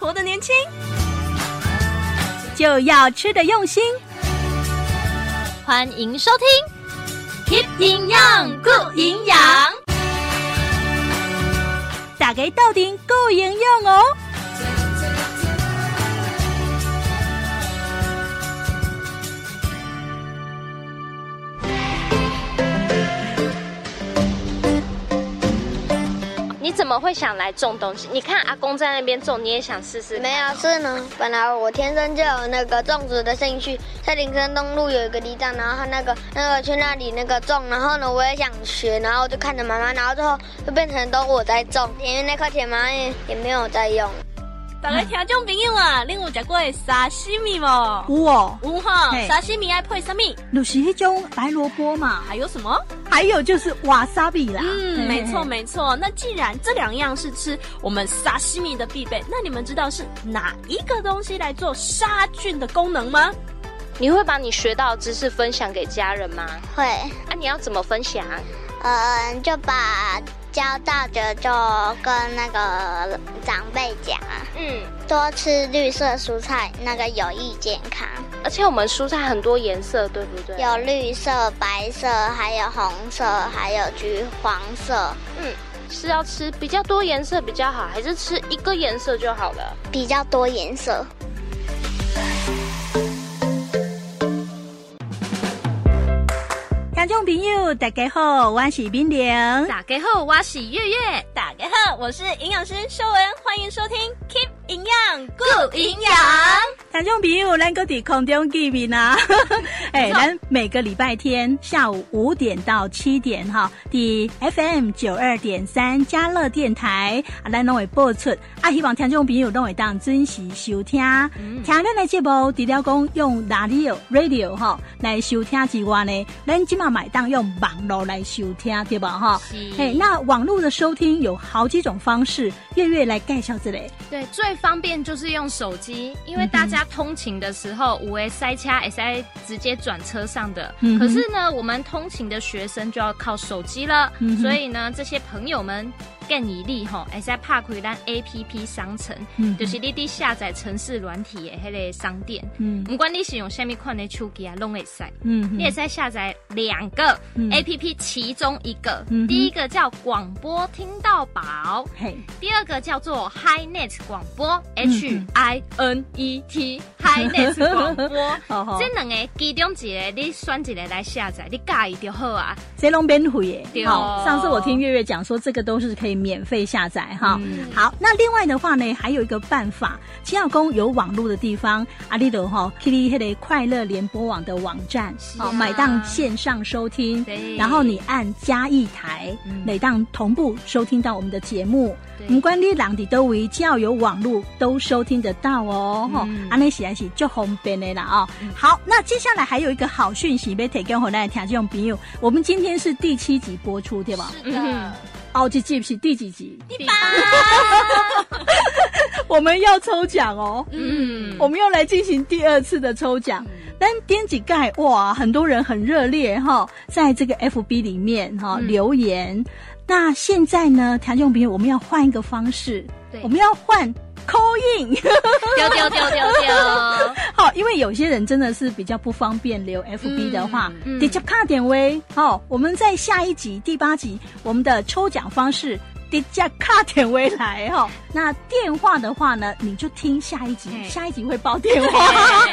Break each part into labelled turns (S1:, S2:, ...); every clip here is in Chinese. S1: 活得年轻，就要吃得用心。
S2: 欢迎收听 Keep 营养顾营养，
S1: 打给豆丁够营养哦。
S2: 你怎么会想来种东西？你看阿公在那边种，你也想试试？
S3: 没有，是呢。本来我天生就有那个种植的兴趣，在林森东路有一个地藏，然后他那个那个去那里那个种，然后呢我也想学，然后我就看着妈妈，然后最后就变成都我在种，因为那块田妈妈也也没有在用。
S4: 大家听众朋友啊，恁有食过沙西米无？
S1: 有哦，
S4: 有哈
S1: 嘿，
S4: 沙西米爱配什么？
S1: 就是那种白萝卜嘛，
S4: 还有什么？
S1: 还有就是瓦萨
S2: 啊
S1: 比啦。
S4: 嗯，
S1: 嘿
S4: 没错。没错。那既然这两样是吃我们沙西米的必备，那你们知道是哪一个东西来做杀菌的功能吗？
S2: 你会把你学到的知识分享给家人吗？
S3: 会，
S2: 啊，你要怎么分享？
S3: 嗯，就把教到的就跟那个长辈讲，啊
S2: 嗯，
S3: 多吃绿色蔬菜，那个有益健康，
S2: 而且我们蔬菜很多颜色，对不对？
S3: 有绿色、白色，还有红色，还有橘黄色。
S2: 是要吃比较多颜色比较好，还是吃一个颜色就好了？
S3: 比较多颜色。
S1: 听众朋友，大家好，我是冰玲。
S2: 打给后挖喜月月，
S4: 大家好，我是营养师秀文，欢迎收听 Keep 营养 g
S2: 不营养。
S1: 听众朋友，咱搁伫空中见面啊！ 哎，咱每个礼拜天下午五点到七点哈，伫 FM 九二点三嘉乐电台，啊，咱拢会播出。啊，希望听众朋友拢会当准时收听。听咱的节目，除了讲用 radio radio 哈来收听之外呢，咱即嘛买当用网络来收听，对吧？哈，哎，那网络的收听有好几种方式，月月来介绍这类。
S5: 对，最方便就是用手机，因为大家通勤的时候，五 A 塞车，S I 直接转车上的。
S1: 嗯哼
S5: 可是呢，我们通勤的学生就要靠手机了，
S1: 嗯哼
S5: 所以呢，这些朋友们更以利吼，S I 怕亏单 A P P 商城，
S1: 嗯
S5: 就是你滴下载城市软体的迄个商店。
S1: 嗯
S5: 不管你是用什么款的手机啊，拢会使。
S1: 嗯
S5: 你也在下载两个
S1: 嗯
S5: A P P，其中一个，
S1: 嗯哼
S5: 第一个叫广播听到宝，
S1: 嘿，
S5: 第二个叫做 HiNet 广播
S1: 嗯
S5: ，H I N E T HiNet 广播。
S1: 好好
S5: 这两个其中一个，你选一个来下载，你介意就好啊。
S1: 谁拢免费耶。
S5: 对
S1: 好
S5: 哦
S1: 上次我听月月讲说，这个都是可以免费下载哈。
S5: 嗯
S1: 好，那另外的话呢，还有一个办法，七号宫有网络的地方，阿丽的哈 k i t 的快乐联播网的网站，
S5: 是
S1: 好
S5: 啊
S1: 买档线上收听，
S5: 对
S1: 然后你按加一台，
S5: 嗯
S1: 每档同步收听到我们的节目。
S5: 对
S1: 不管你人伫都位，只要有网络都收听得到哦。吼、
S5: 嗯
S1: 安尼实在是足方便的啦哦。好，那接下来还有一个好讯息要提供给咱的听众朋友，我们今天是第七集播出，对吧？
S4: 是的，
S5: 嗯
S1: 后一集是第几集？
S5: 第
S1: 我们要抽奖哦。
S5: 嗯
S1: 我们又来进行第二次的抽奖。但点几盖哇，很多人很热烈哈、在这个 FB 里面哈、
S5: 嗯
S1: 留言。那现在呢，谭仲平，我们要换一个方式，
S5: 对
S1: 我们要换 call in。
S5: 丢丢丢丢 丢，
S1: 好，因为有些人真的是比较不方便留 FB 的话，
S5: 嗯
S1: 直接卡点位。好，我们在下一集第八集，我们的抽奖方式。直接卡点位来哦。那电话的话呢，你就听下一集，
S5: 嘿
S1: 下一集会报电话，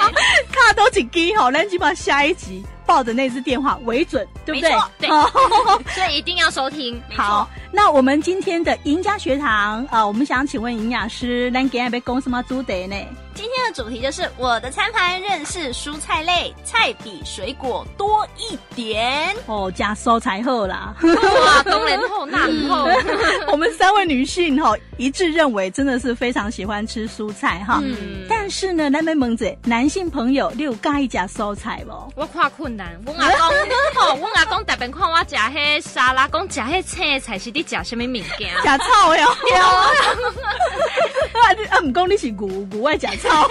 S1: 卡都紧记吼，咱起码下一集报的那支电话为准，对不对
S5: 没错？对
S1: 好
S5: 所以一定要收听。没错
S1: 好，，那我们今天的赢家学堂啊、呃我们想请问营养师，咱今日要讲什么主题呢？
S4: 今天的主题就是我的餐盘认识蔬菜类，菜比水果多一点。
S1: 哦，加蔬菜后啦。
S5: 哇，东人后那啊人后，
S1: 我们三位女性哈、一致认为，真的是非常喜欢吃蔬菜哈、
S5: 嗯，
S1: 但是呢，南美萌姐，男性朋友你有介意吃蔬菜哦不？
S5: 我看困难，阮阿 公，吼，阮阿公特别看我食迄沙拉，讲食迄青菜是伫食什么物 件？
S1: 假草哟， 啊你啊，唔讲你是牛牛爱假草，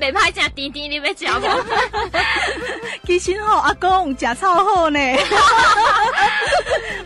S5: 袂歹食甜甜，你要食无？
S1: 其实吼、阿公假草好呢，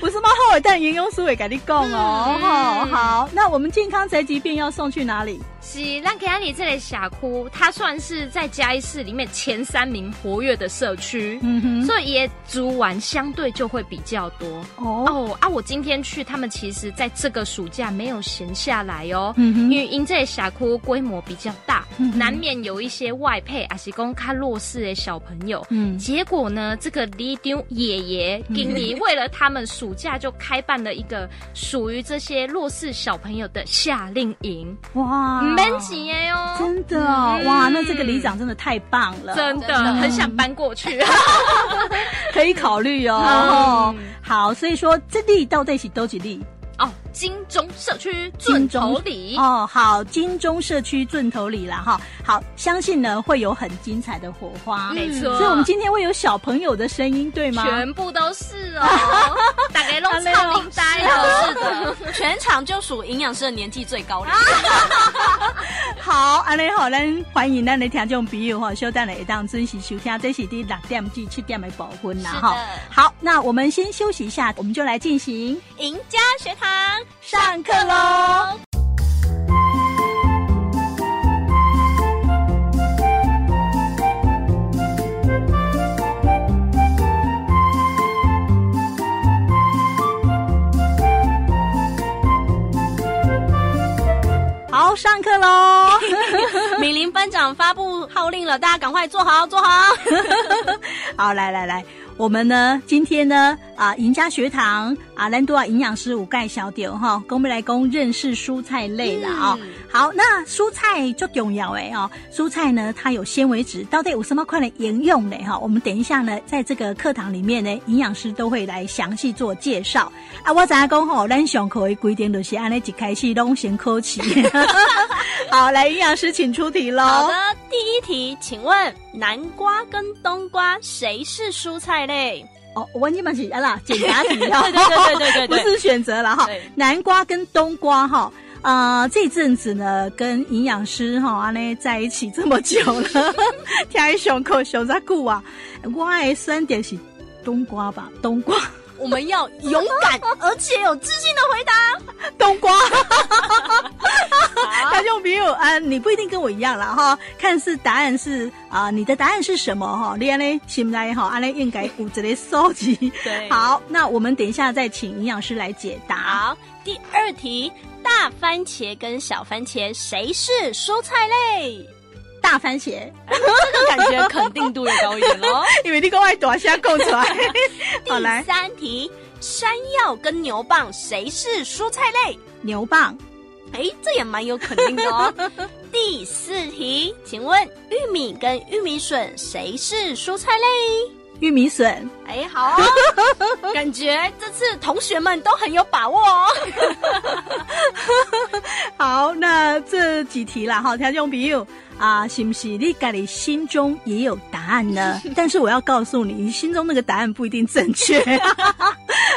S1: 不是嘛好的，但营养师会跟你讲哦，吼、好，好，那我们健康宅急便要送去哪里？
S5: 是让给安里这类峡谷，它算是在嘉义市里面前三名活跃的社区，
S1: 嗯哼，
S5: 所以也租完相对就会比较多。
S1: 哦，
S5: 哦啊！我今天去，他们其实在这个暑假没有闲下来哦，
S1: 嗯哼
S5: 因为因这峡谷规模比较大，
S1: 嗯哼
S5: 难免有一些外配啊，还是公看弱势的小朋友。
S1: 嗯，
S5: 结果呢，这个李丢爷爷给你为了他们暑假就开办了一个属于这些弱势小朋友的夏令营，
S1: 哇，
S5: 蛮钱耶哦，
S1: 真的啊哦，
S5: 嗯
S1: 哇，那这个里长真的太棒了，
S5: 真的很想搬 过去。
S1: 可以考虑哦。
S5: 嗯
S1: 好，所以说这里到底是多几例？
S5: 哦，金钟社区
S1: 金
S5: 准
S1: 钟
S5: 头里
S1: 哦，好，金钟社区圳头里啦哈。好，相信呢会有很精彩的火花。
S5: 没错，
S1: 嗯所以，我们今天会有小朋友的声音，对吗？
S5: 嗯全部都 是哦，大概弄超明呆
S2: 哎
S5: 了，是的，
S4: 全场就属营养师的年纪最高
S2: 啊
S4: 龄。
S1: 好，安尼好，咱欢迎咱的听众朋友哈，稍等下会当准时收听，这是第六点至七点的部分啦哈。好，那我们先休息一下，我们就来进行
S4: 赢家学堂，
S1: 上课喽。好，上课喽！
S4: 米林班长发布号令了，大家赶快坐好，坐好。
S1: 好，来来来，我们呢，今天呢，啊，赢家学堂啊，兰多啊，营养师五盖小点哈，跟我们来讲认识蔬菜类
S4: 嗯
S1: 啦啊、哦好，那蔬菜就重要哎哦，蔬菜呢，它有纤维质，到底有什么快的应用呢？哈、我们等一下呢，在这个课堂里面呢，营养师都会来详细做介绍啊。我知影讲吼，咱上课的规定就是安尼一开始拢先考 试。好，来，营养师请出题喽。
S4: 好的，第一题，请问南瓜跟冬瓜谁是蔬菜 类？
S1: 哦，我你们是啊啦，简 答题啊，
S4: 对对对对对对
S1: 不是选择了哈
S4: 对。
S1: 南瓜跟冬瓜哈，呃，这阵子呢跟营养师哈安尼在一起这么久了， 听伊上课上在久啊，我的选择是冬瓜吧，冬瓜，
S4: 我们要勇敢而且有自信的回答。
S1: 冬瓜。他就没有啊，你不一定跟我一样啦哈，看是答案是啊、你的答案是什么哈？你安尼心内哈，安尼应该有一个收集。
S4: 对
S1: 好，那我们等一下再请营养师来解答。
S4: 好，第二题，大番茄跟小番茄谁是蔬菜 类？
S1: 大番茄，
S4: 这个感觉肯定度也高一点 喽。
S1: 因为你跟我大虾够出来。好来
S4: 第，三题，山药跟牛蒡谁是蔬菜类？
S1: 牛蒡、
S4: 哎，这也蛮有肯定的哦。第四题，请问玉米跟玉米笋谁是蔬菜类？
S1: 玉米笋，
S4: 哎，好哦， 感觉这次同学们都很有把握哦。
S1: 好，那这几题啦哈，听众朋友啊，是不是你家里心中也有答案呢？但是我要告诉你，你心中那个答案不一定正确。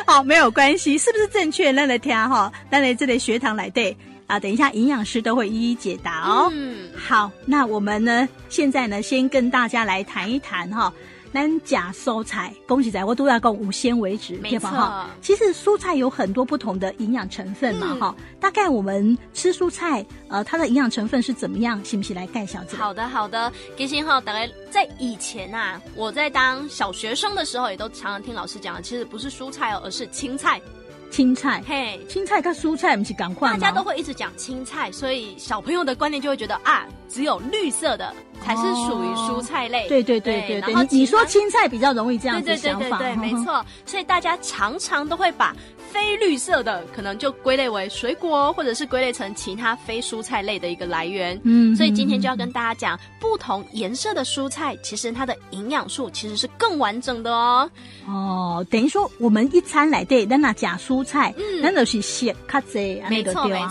S1: 好，没有关系，是不是正确？那来听哈，那来这里学堂来对啊，等一下营养师都会一一解答哦。
S4: 嗯，
S1: 好，那我们呢，现在呢，先跟大家来谈一谈哈、咱假蔬菜，恭喜仔，我都要讲无纤维质，
S4: 没
S1: 对吧？哈
S4: 错，
S1: 其实蔬菜有很多不同的营养成分嘛，
S4: 嗯
S1: 哈、大概我们吃蔬菜，呃，它的营养成分是怎么样？行不行？来盖小姐，
S4: 好的好的，其实哈，大概在以前啊，我在当小学生的时候，也都常常听老师讲，其实不是蔬菜哦，而是青菜。
S1: 青菜，
S4: 嘿，
S1: 青菜跟蔬菜不是赶快
S4: 大
S1: 吗？
S4: 家都会一直讲青菜，所以小朋友的观念就会觉得啊，只有绿色的才是属于蔬菜类。
S1: 对对对
S4: 对
S1: 对对，
S4: 然后
S1: 你你
S4: 其他
S1: 说青菜比较容易这样
S4: 对对
S1: 子
S4: 对
S1: 想
S4: 对
S1: 法，嗯
S4: 对，
S1: 呵呵
S4: 没。错。所以大家常常都会把非绿色的可能就归类为水果，或者是归类成其他非蔬菜类的一个来源。
S1: 嗯
S4: 所以今天就要跟大家讲，不同颜色的蔬菜，其实它的营养素其实是更完整的哦。
S1: 哦，等于说我们一餐来对，咱那假蔬菜，咱就是些卡济，
S4: 没错，嗯没
S1: 嗯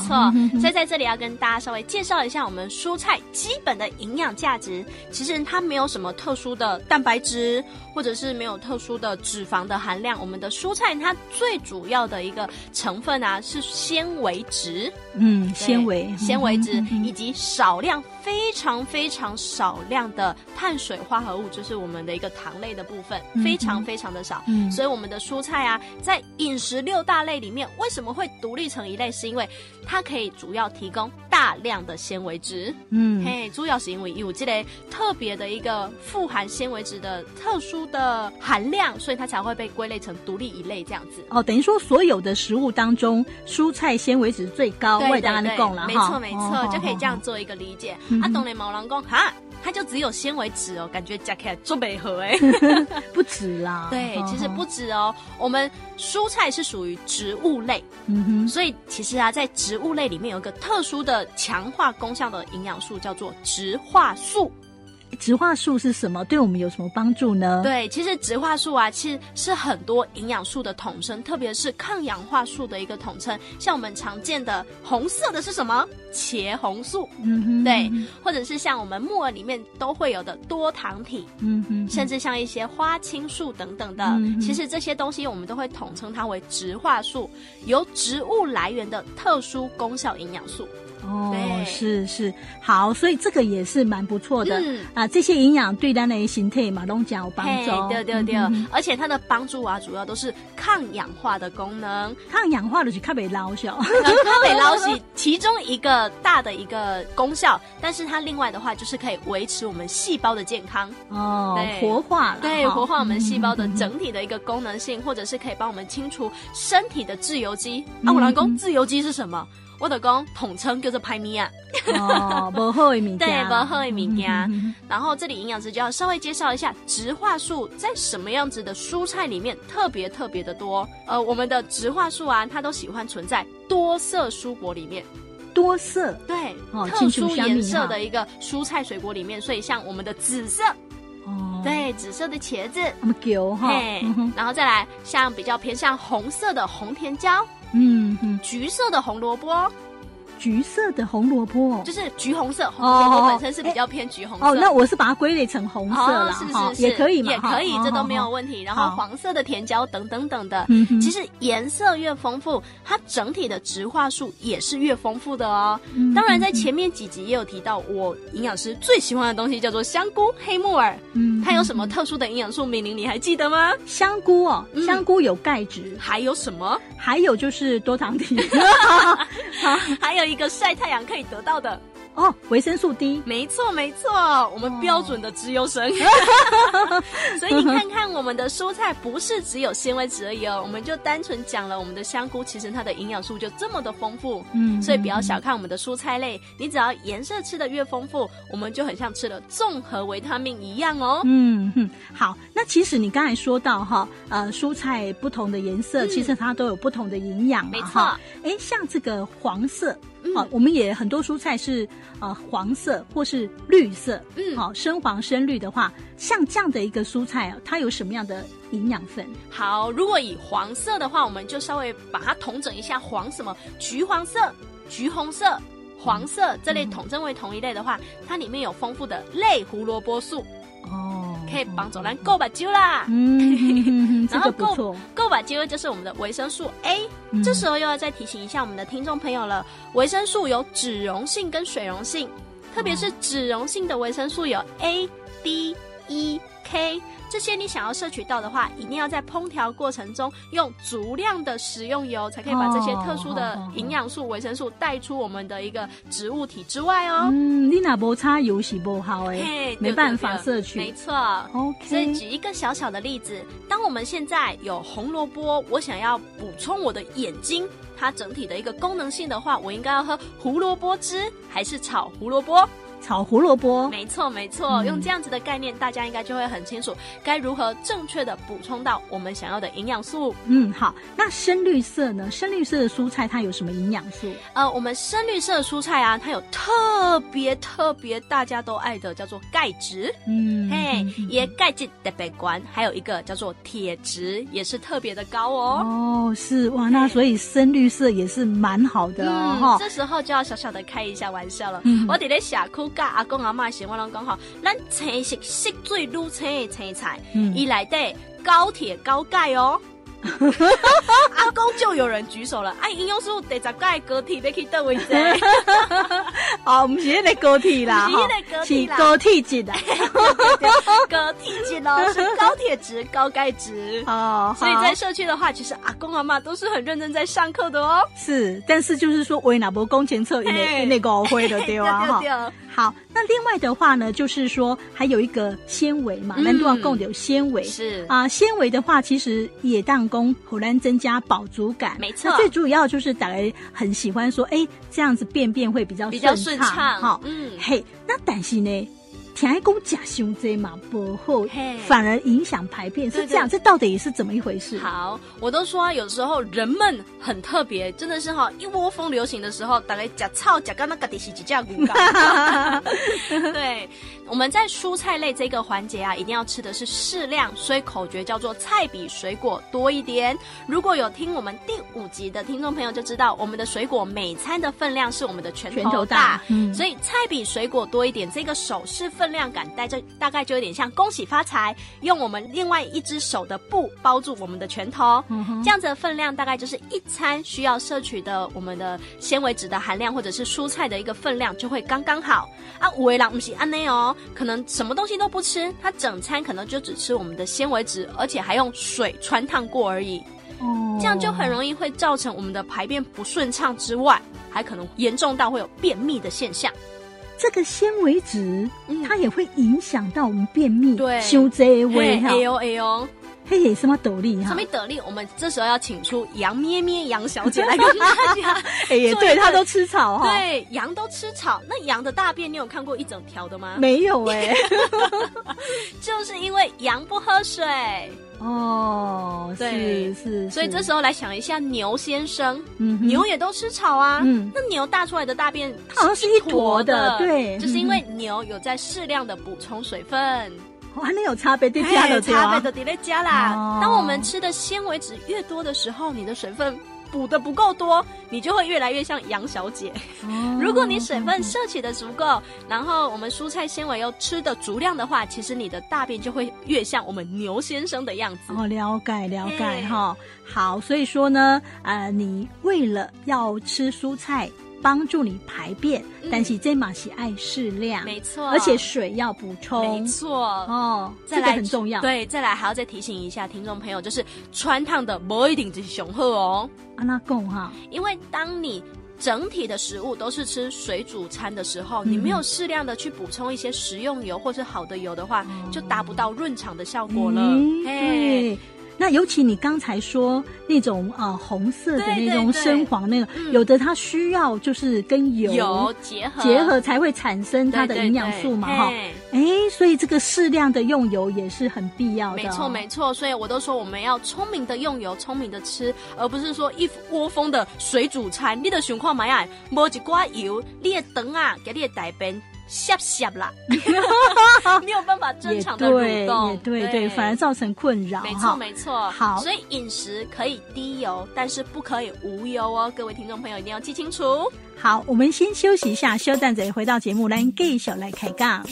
S4: 错。所以在这里要跟大家稍微介绍一下我们蔬菜基本的营养价值。其实它没有什么特殊的蛋白质，或者是没有特殊的脂肪的含量。我们的蔬菜它最主要的一个成分啊是纤维质，
S1: 嗯，
S4: 对
S1: 纤维，
S4: 纤维质
S1: 嗯嗯嗯
S4: 以及少量非常非常少量的碳水化合物，就是我们的一个糖类的部分，非常非常的少。
S1: 嗯
S4: 所以我们的蔬菜啊，在饮食六大大类里面为什么会独立成一类，是因为它可以主要提供大量的纤维质。
S1: 嗯，
S4: 嘿，主要是因为有这类特别的一个富含纤维质的特殊的含量，所以它才会被归类成独立一类这样子。
S1: 哦，等于说所有的食物当中，蔬菜纤维值最高，
S4: 对
S1: 我也
S4: 对
S1: 当然
S4: 对
S1: 供了
S4: 没
S1: 哈哦
S4: 错没错，就可以这样。做一个理解
S1: 嗯。
S4: 啊，
S1: 哼
S4: 懂雷毛狼公哈，它就只有纤维质哦，感觉夹起来做美合 哎。
S1: 哦哦哦不止啦，
S4: 对
S1: 哦，
S4: 其实
S1: 哦
S4: 不止哦，我们蔬菜是属于植物类，
S1: 嗯哼，
S4: 所以其实啊，在植物类里面有一个特殊的强化功效的营养素，叫做植化素。
S1: 植化素是什么？对我们有什么帮助呢？，
S4: 对，其实植化素啊，其实是很多营养素的统称，特别是抗氧化素的一个统称。像我们常见的红色的是什么？茄红素，
S1: 嗯哼，
S4: 对，或者是像我们木耳里面都会有的多糖体，
S1: 嗯哼，
S4: 甚至像一些花青素等等的，
S1: 嗯
S4: 其实这些东西我们都会统称它为植化素，由植物来源的特殊功效营养素。
S1: 哦，
S4: 对
S1: 是是，好，所以这个也是蛮不错的。
S4: 嗯
S1: 啊，这些营养对咱的形态嘛，拢讲有帮
S4: 嘿
S1: 助，。
S4: 对对对，
S1: 嗯哼
S4: 而且它的帮助啊，主要都是抗氧化的功 能。
S1: 抗氧化就是较袂 老小。
S4: 它美劳洗其中一个大的一个功效，但是它另外的话就是可以维持我们细胞的健康，啊
S1: 哦，
S4: 对
S1: 活化了，
S4: 对，
S1: 哈
S4: 活化我们细胞的
S1: 嗯嗯嗯
S4: 整体的一个功能性，或者是可以帮我们清除身体的自由基。
S1: 嗯
S4: 啊，我老公
S1: 嗯
S4: 自由基是什么？我的公统称就是排咪啊。
S1: 哦，无好的物件，
S4: 对无好的物件
S1: 嗯嗯嗯
S4: 然后这里营养师就要稍微介绍一下植化素在什么样子的蔬菜里面特别特别的多。呃，我们的植化素啊，它都喜欢存在多色蔬果里面。
S1: 嗯多色，
S4: 对，
S1: 哦
S4: 特
S1: 庆祝
S4: 殊
S1: 香
S4: 颜
S1: 米哈
S4: 色的一个蔬菜水果里面，所以像我们的紫色，
S1: 哦，，
S4: 对，紫色的茄子，
S1: 那么球哈，
S4: 嘿
S1: 嗯哼，
S4: 然后再来像比较偏向红色的红甜椒，
S1: 嗯嗯，
S4: 橘色的红萝卜，
S1: 橘色的红萝卜，
S4: 就是橘红色，红
S1: 哦
S4: 萝卜本身是比较偏橘红色。
S1: 哦，那我是把它归类成红色了，
S4: 哦是
S1: 哈
S4: 是是，
S1: 也可以嘛，
S4: 也
S1: 哈
S4: 可以，这都没。
S1: 哦
S4: 有
S1: 哦哦
S4: 问题。然
S1: 好
S4: 后黄色的甜椒等等等的，
S1: 嗯哼
S4: 其实颜色越丰富，它整体的植化数也是越丰富的哦。
S1: 嗯
S4: 当然，在前面几集也有提到，我营养师最喜欢的东西叫做香菇、黑木耳，
S1: 嗯
S4: 它有什么特殊的营养素？敏玲，你还记得吗？
S1: 香菇哦，
S4: 嗯
S1: 香菇有钙质，
S4: 还有什么？
S1: 还有就是多糖 体
S4: 还有一个晒太阳可以得到的，
S1: 哦，维生素 D。
S4: 没错没错，我们标准的资优生。 所以你看看我们的蔬菜不是只有纤维质而已哦，我们就单纯讲了我们的香菇，其实它的营养素就这么的丰富。
S1: 嗯
S4: 所以不要小看我们的蔬菜类，你只要颜色吃的越丰富，我们就很像吃了综合维他命一样哦。
S1: 嗯哼，好。那其实你刚才说到哈，呃，蔬菜不同的颜色，其实它都有不同的营养嘛，
S4: 没错
S1: 哈。哎，像这个黄色，
S4: 嗯
S1: 哦，我们也很多蔬菜是呃黄色或是绿色，
S4: 嗯
S1: 好、深黄深绿的话，像这样的一个蔬菜啊，它有什么样的营养分？
S4: 好，如果以黄色的话，我们就稍微把它统整一下，黄什么橘黄色、橘红色、黄色这类统称为同一类的话，它里面有丰富的类胡萝卜素，
S1: 哦，
S4: 可以帮助咱够把灸啦。
S1: 嗯，嗯，嗯 嗯这
S4: 然
S1: 个
S4: 后
S1: 不错，
S4: 够把灸就是我们的维生素 A，、
S1: 嗯
S4: 这时候又要再提醒一下我们的听众朋友了，维生素有脂溶性跟水溶性，特别是脂溶性的维生素有 A、D、E、K。这些你想要摄取到的话，一定要在烹调过程中用足量的食用油，才可以把这些特殊
S1: 哦
S4: 的营养素、维生素带出我们的一个植物体之外哦。
S1: 嗯，你那不擦油洗不好哎
S4: 嘿，，
S1: 没
S4: 对
S1: 办
S4: 对
S1: 法
S4: 对
S1: 摄取
S4: 没错。
S1: ，OK，
S4: 所以举一个小小的例子，当我们现在有红萝卜，我想要补充我的眼睛它整体的一个功能性的话，我应该要喝胡萝卜汁还是炒胡萝卜？
S1: 炒胡萝卜，
S4: 没错，没错，
S1: 嗯
S4: 用这样子的概念，大家应该就会很清楚该如何正确的补充到我们想要的营养素。
S1: 嗯，好。那深绿色呢？深绿色的蔬菜它有什么营养素？
S4: 呃，我们深绿色的蔬菜啊，它有特别特别大家都爱的叫做钙质。
S1: 嗯，
S4: 嘿
S1: 嗯，嗯
S4: 也钙质的北关，还有一个叫做铁质，也是特别的高哦。
S1: 哦，是哇，那所以深绿色也是蛮好的哦，哈、
S4: 嗯这时候就要小小的开一下玩笑了。
S1: 嗯
S4: 我伫咧社区甲阿公阿妈时，我拢讲吼，咱青是色最愈青的青菜，
S1: 嗯
S4: 伊内底高铁高钙 哦。 阿公就有人举手了，啊，营养素第十届高铁要去倒位坐？
S1: 哦，毋是迄个高 铁啦，
S4: 不是那个高铁啦
S1: 是高铁 质的。
S4: 高体质哦，是高铁质、高钙质。
S1: 哦，
S4: 所以
S1: 好
S4: 在社区的话，其实阿公阿妈都是很认真在上课的哦。
S1: 是，但是就是说，维纳伯工前侧因
S4: 嘿
S1: 为那个会的 对啊哈。
S4: 对，
S1: 好，那另外的话呢，就是说还有一个纤维嘛，
S4: 嗯
S1: 咱都要共有纤维。
S4: 是
S1: 啊，纤维的话，其实也当工荷兰增加饱足感，
S4: 没错
S1: 那最主要就是大家很喜欢说，哎，这样子便便会比较
S4: 比较顺畅。
S1: 哈、
S4: 嗯，
S1: 嘿，那但是呢，听爱公假胸椎嘛不好
S4: 嘿，
S1: 反而影响排便，
S4: 对
S1: 是这样，这到底是怎么一回事？
S4: 好，我都说啊，有时候人们很特别，真的是哈，一窝蜂流行的时候，大概假草假干那个底是几架骨干。啊 对，我们在蔬菜类这个环节啊，一定要吃的是适量，所以口诀叫做菜比水果多一点。如果有听我们第五集的听众朋友就知道，我们的水果每餐的分量是我们的拳头
S1: 拳
S4: 大，
S1: 头大，嗯
S4: 所以菜比水果多一点，这个手势分量感，大概大概就有点像恭喜发财，用我们另外一只手的布包住我们的拳头，
S1: 嗯
S4: 这样子的分量大概就是一餐需要摄取的我们的纤维质的含量或者是蔬菜的一个分量就会刚刚好。啊，五维郎不是安内哦，可能什么东西都不吃，他整餐可能就只吃我们的纤维质，而且还用水穿烫过而已。
S1: 哦
S4: 这样就很容易会造成我们的排便不顺畅之外，还可能严重到会有便秘的现象。
S1: 这个纤维质，
S4: 嗯
S1: 它也会影响到我们便秘、
S4: 对
S1: 胸椎
S4: 喂
S1: 位哈
S4: 哎，呦哎呦，
S1: 嘿，也什么斗笠
S4: 什
S1: 哈
S4: 么，得力？我们这时候要请出杨咩咩杨小姐来跟大 家。哦
S1: 哎也
S4: 做一
S1: 对，
S4: 个
S1: 它都吃草哈，
S4: 对，羊都吃草，那羊的大便你有看过一整条的吗？
S1: 没有哎，
S4: 就是因为羊不喝水，
S1: 哦，
S4: 对
S1: 是是，
S4: 所以这时候来想一下牛先生，
S1: 嗯哼
S4: 牛也都吃草啊。
S1: 嗯
S4: 那牛大出来的大便
S1: 好像是一坨
S4: 的，
S1: 的对
S4: 就是因为牛有在适量的补充水分。
S1: 哦，还能有差别对
S4: 哎
S1: 加的对
S4: 差
S1: 啊
S4: 别，都得在加啦。
S1: 哦
S4: 当我们吃的纤维质越多的时候，你的水分补的不够多，你就会越来越像杨小姐。
S1: 哦
S4: 如果你水分摄取的足够，然后我们蔬菜纤维又吃的足量的话，其实你的大便就会越像我们牛先生的样子。
S1: 哦，了解了解
S4: 嘿
S1: 哈、好，所以说呢，呃，你为了要吃蔬菜帮助你排便，
S4: 嗯
S1: 但是这嘛是爱适量，
S4: 没错，
S1: 而且水要补充
S4: 没，错。
S1: 哦，这
S4: 再
S1: 个
S4: 来
S1: 很重要。，
S4: 对，再来还要再提醒一下听众朋友，就是穿烫的不一定就是雄鹤哦，
S1: 啊，那贡哈，
S4: 因为当你整体的食物都是吃水煮餐的时候，
S1: 嗯
S4: 你没有适量的去补充一些食用油或是好的油的话，就达不到润肠的效果了。嘿，
S1: 嗯对。那尤其你刚才说那种呃红色的
S4: 对对
S1: 那种
S4: 对
S1: 深黄那个，
S4: 嗯
S1: 有的它需要就是跟油
S4: 油结合
S1: 结合才会产生它的
S4: 对对
S1: 营养
S4: 对
S1: 素嘛
S4: 嘿
S1: 哈。哎，所以这个适量的用油也是很必要的、
S4: 没错，没错，所以我都说我们要聪明的用油，聪明的吃，而不是说一窝蜂的水煮餐。你的情况嘛呀，摸啊一瓜油，你的肠啊，给你的大便下下 啦，没有办法正
S1: 也
S4: 常的蠕
S1: 对，
S4: 动，
S1: 也对对，反而造成困扰
S4: 没错
S1: 哈。
S4: 没错。
S1: 好
S4: 所以饮食可以低油，但是不可以无油哦，各位听众朋友一定要记清楚。
S1: 好，我们先休息一下，休蛋仔回到节目，咱继续来开杠。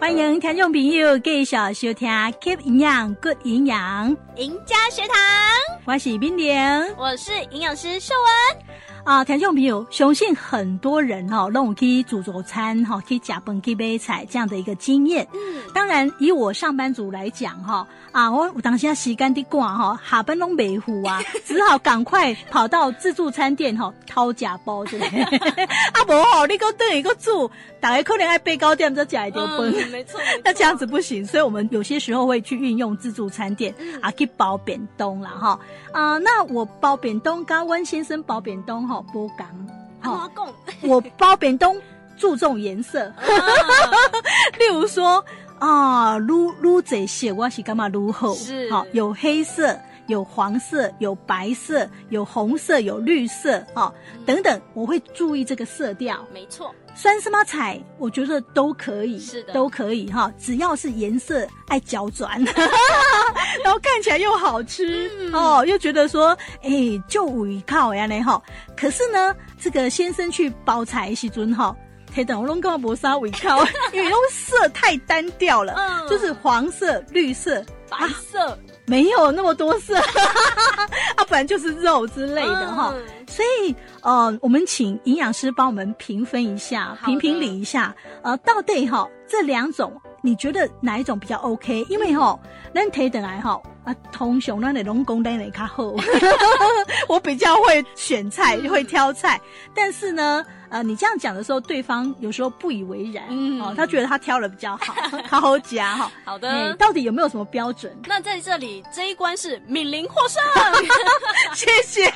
S1: 欢迎听众朋友继续收听《Keep 营养 Good 营养》，
S4: 赢家学堂，
S1: 我是冰玲。
S4: 我是营养师秀文。
S1: 啊，听众朋友，相信很多人哈、哦，弄去煮早餐哈、去假本去买菜这样的一个经验。
S4: 嗯，
S1: 当然，以我上班族来讲哈、啊，我有当下时间的赶哈，下班拢没糊啊，只好赶快跑到自助餐店哈、掏假包之类。 啊，无吼、你个等于个煮，大概可能爱背高点才假一丢饭。
S4: 嗯 没错，没错
S1: 那这样子不行，所以我们有些时候会去运用自助餐店啊，去包扁冬啦哈。啊、那我包扁冬，跟温先生包扁冬哈不讲
S4: 啊我
S1: 哈
S4: 要，讲
S1: 我包扁冬注重颜色， 例如说啊，撸撸这些我是干嘛撸好，
S4: 是
S1: 好有黑色。有黄色、有白色、有红色、有绿色哦，等等，我会注意这个色调。
S4: 没错，
S1: 三什么彩，我觉得都可以，
S4: 是的
S1: 都可以哈，只要是颜色爱 脚转，然后看起来又好吃、
S4: 嗯
S1: 哦，又觉得说，哎、就五一靠呀嘞哈。可是呢，这个先生去包菜时尊哈。台等我拢跟我磨砂 尾靠，因为拢色太单调了，
S4: 嗯
S1: 就是黄色、绿色，
S4: 白色
S1: 没有那么多色， 啊，不然就是肉之类的哈。
S4: 嗯
S1: 所以，呃，我们请营养师帮我们评分一下，
S4: 好的
S1: 评评理一下，呃，到底哈这两种，你觉得哪一种比较 OK？因为哈，咱提等来哈。啊，通常咱的拢讲咱的 较好，我比较会选菜，
S4: 嗯
S1: 会挑菜。但是呢，呃，你这样讲的时候，对方有时候不以为然，
S4: 嗯
S1: 哦，他觉得他挑的比较 好，好好夹哈。
S4: 好的。
S1: 哎，到底有没有什么标准？
S4: 那在这里这一关是敏玲获 胜。
S1: 谢谢。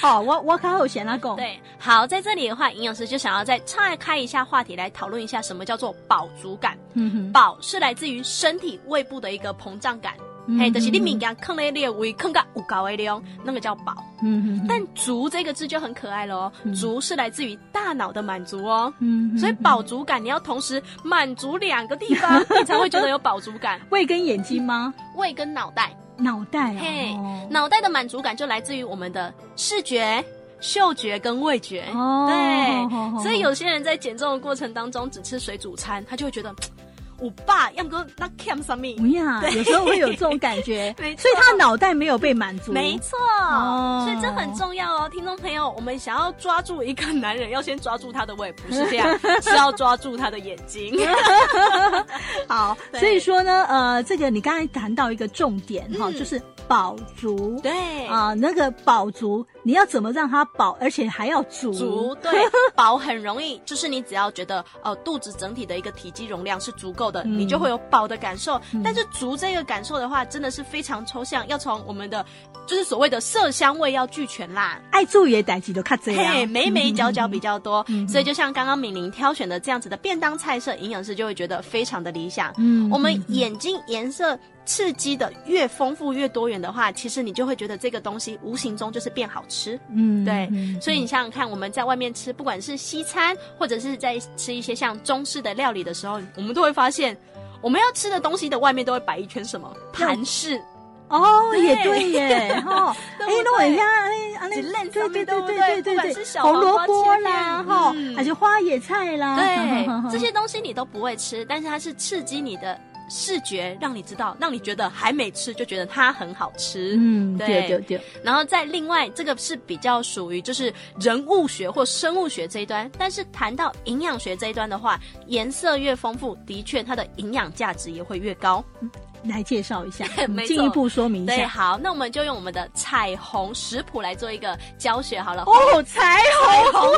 S1: 好，我我靠后先来讲。
S4: 对，好，在这里的话，营养师就想要再岔开一下话题来讨论一下什么叫做饱足感。
S1: 嗯哼，
S4: 饱是来自于身体胃部的一个膨胀感，
S1: 嗯
S4: 嘿、就是你敏感坑了列胃坑个五高的量，那个叫饱。
S1: 嗯哼哼，
S4: 但足这个字就很可爱喽
S1: 嗯，
S4: 足是来自于大脑的满足哦。
S1: 嗯哼
S4: 所以饱足感，你要同时满足两个地 方，你才会觉得有饱足感。
S1: 胃跟眼睛吗？
S4: 胃跟脑袋，
S1: 脑袋
S4: 嘿
S1: 啊，
S4: 脑袋的满足感就来自于我们的视觉、嗅觉跟味觉。
S1: 哦
S4: 对，
S1: 哦
S4: 所以有些人在减重的过程当中只吃水煮餐，他就会觉得，我爸要哥那 cam 上面
S1: 不。呀，有时候会有这种感觉
S4: 没，错
S1: 所以他脑袋没有被满足。
S4: 没错，所以这很重要哦，听众朋友，我们想要抓住一个男人，要先抓住他的胃，不是这 样，是要抓住他的眼睛。
S1: 好，
S4: 对
S1: 所以说呢，呃，这个你刚才谈到一个重点哈，
S4: 嗯
S1: 就是饱足。
S4: 对，
S1: 啊、那个饱足，你要怎么让它饱，而且还要足？
S4: 足对饱很容易，就是你只要觉得呃肚子整体的一个体积容量是足够的，
S1: 嗯
S4: 你就会有饱的感受。
S1: 嗯
S4: 但是足这个感受的话，真的是非常抽象，要从我们的就是所谓的色香味要俱全啦。
S1: 爱注意的代志都看这
S4: 嘿，
S1: 样，
S4: 眉眉角角比较多，
S1: 啊 嗯嗯嗯
S4: 所以就像刚刚敏玲挑选的这样子的便当菜色，营养师就会觉得非常的理想。
S1: 嗯
S4: 我们眼睛颜色刺激的越丰富越多元的话，其实你就会觉得这个东西无形中就是变好吃。
S1: 嗯
S4: 对
S1: 嗯
S4: 所以你想想看，我们在外面吃，不管是西餐，或者是在吃一些像中式的料理的时候，我们都会发现，我们要吃的东西的外面都会摆一圈什么盘饰，
S1: 哦，
S4: 对
S1: 也对耶，哈，
S4: 对
S1: 哎
S4: 不对，
S1: 那我一下，哎，啊，那
S4: 一类
S1: 对
S4: 上
S1: 对
S4: 面
S1: 对
S4: 对不对
S1: 对对
S4: 不管
S1: 对
S4: 是
S1: 对，
S4: 小
S1: 红
S4: 黄
S1: 萝
S4: 瓜
S1: 卜
S4: 切
S1: 啦，
S4: 片
S1: 哈，
S4: 嗯
S1: 还是花野菜啦，啊 哈
S4: 对
S1: 哈，
S4: 这些东西你都不会吃，但是它是刺激你的视觉，让你知道，让你觉得还没吃就觉得它很好吃。
S1: 嗯，
S4: 对
S1: 对对对，
S4: 然后再另外，这个是比较属于就是人物学或生物学这一端，但是谈到营养学这一端的话，颜色越丰富，的确它的营养价值也会越高。
S1: 来介绍一下，
S4: 没
S1: 进
S4: 错
S1: 一步说明一
S4: 对，
S1: 下。
S4: 好，那我们就用我们的彩虹食谱来做一个教学好了。
S1: 哦，彩 虹，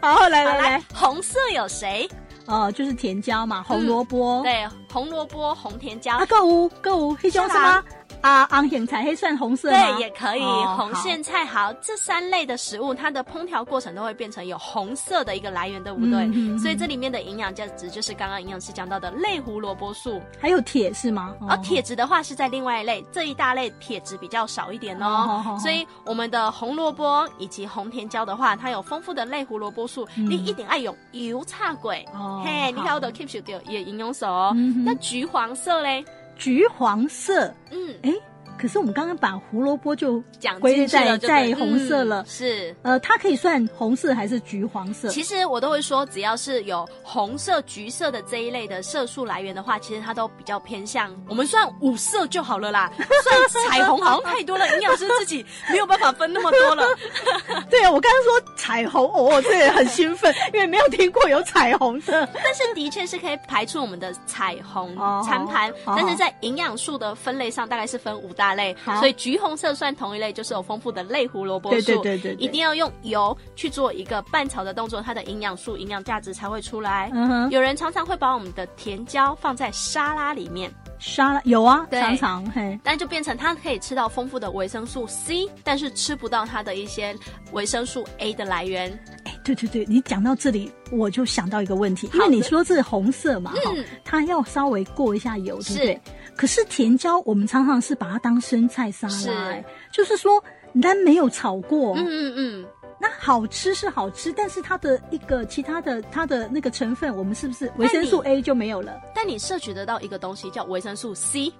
S1: 好，来
S4: 好
S1: 来来，，
S4: 红色有谁？
S1: 哦，就是甜椒嘛，红萝卜，
S4: 嗯对，红萝卜、红甜椒
S1: 啊，，购物购物，黑熊
S4: 是
S1: 是
S4: 啦
S1: 吗？啊，昂显彩黑算红色吗
S4: 对，也可以。
S1: 哦
S4: 红
S1: 好
S4: 苋菜好，这三类的食物，它的烹调过程都会变成有红色的一个来源，对不对？
S1: 嗯嗯嗯
S4: 所以这里面的营养价值就是刚刚营养师讲到的类胡萝卜素，
S1: 还有铁是吗？哦
S4: 而哦铁质的话是在另外一类，这一大类铁质比较少一点哦。
S1: 哦好好好
S4: 所以我们的红萝卜以及红甜椒的话，它有丰富的类胡萝卜素，
S1: 嗯
S4: 你一定爱用油叉鬼。
S1: 哦，
S4: 嘿，你
S1: 好
S4: 看我都 keep 住掉也营养素哦。
S1: 嗯哼
S4: 那橘黄色嘞，
S1: 橘黄色，
S4: 嗯，
S1: 可是我们刚刚把胡萝卜就
S4: 讲
S1: 归类
S4: 进去
S1: 在
S4: 了就对
S1: 在红色
S4: 嗯
S1: 了
S4: 是。
S1: 呃，它可以算红色还是橘黄色？
S4: 其实我都会说，只要是有红色、橘色的这一类的色素来源的话，其实它都比较偏向我们算五色就好了 啦。算彩虹好像太多了，营养师自己没有办法分那么多了。
S1: 对啊，我刚刚说彩虹，哦，这也很兴 奋，因为没有听过有彩虹的。
S4: 但是的确是可以排出我们的彩虹
S1: 哦
S4: 餐盘，
S1: 好好
S4: 但是在营养素的分类上大概是分五大类
S1: 好，
S4: 所以橘红色算同一类，就是有丰富的类胡萝卜
S1: 对
S4: 素。
S1: 对对对对
S4: 一定要用油去做一个拌炒的动作，它的营养素、营养价值才会出来。
S1: 嗯哼，
S4: 有人常常会把我们的甜椒放在沙拉里面，
S1: 沙拉有啊，
S4: 对
S1: 常常嘿，
S4: 但就变成它可以吃到丰富的维生素 C，但是吃不到它的一些维生素 A 的来源。
S1: 哎，对对对，你讲到这里，我就想到一个问题，因为
S4: 好的
S1: 你说这是红色嘛，哈、哦
S4: 嗯
S1: 它要稍微过一下油，对不对？可是甜椒我们常常是把它当生菜沙
S4: 是
S1: 拉、欸，就是说咱没有炒过，
S4: 嗯嗯嗯，
S1: 那好吃是好吃，但是它的一个其他的它的那个成分，我们是不是维生素 A 就没有了？
S4: 但你摄取得到一个东西叫维生素 C，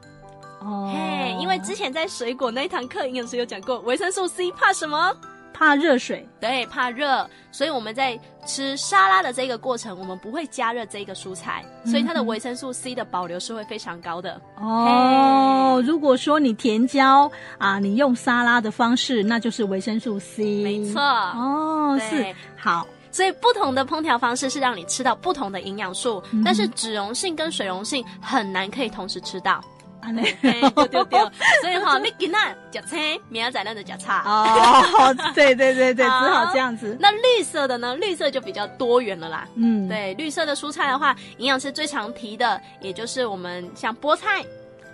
S1: 哦
S4: 嘿，因为之前在水果那一堂课，营养师有讲过，维生素 C 怕什么？
S1: 怕热水，
S4: 对，怕热，所以我们在吃沙拉的这个过程，我们不会加热这个蔬菜，所以它的维生素 C 的保留是会非常高的。
S1: 哦，如果说你甜椒啊，你用沙拉的方式，那就是维生素 C，
S4: 没错，
S1: 哦，
S4: 对
S1: 是好，
S4: 所以不同的烹调方式是让你吃到不同的营养素，
S1: 嗯
S4: 但是脂溶性跟水溶性很难可以同时吃 到。
S1: 安内
S4: 嘿对对对，所以哈，你今仔吃青，明仔载咱就吃菜。
S1: 哦，对对对对，只
S4: 好
S1: 好这样子，
S4: 那绿色的呢？绿色就比较多元了啦。
S1: 嗯，，
S4: 对，绿色的蔬菜的话，营养师最常提的，也就是我们像菠菜、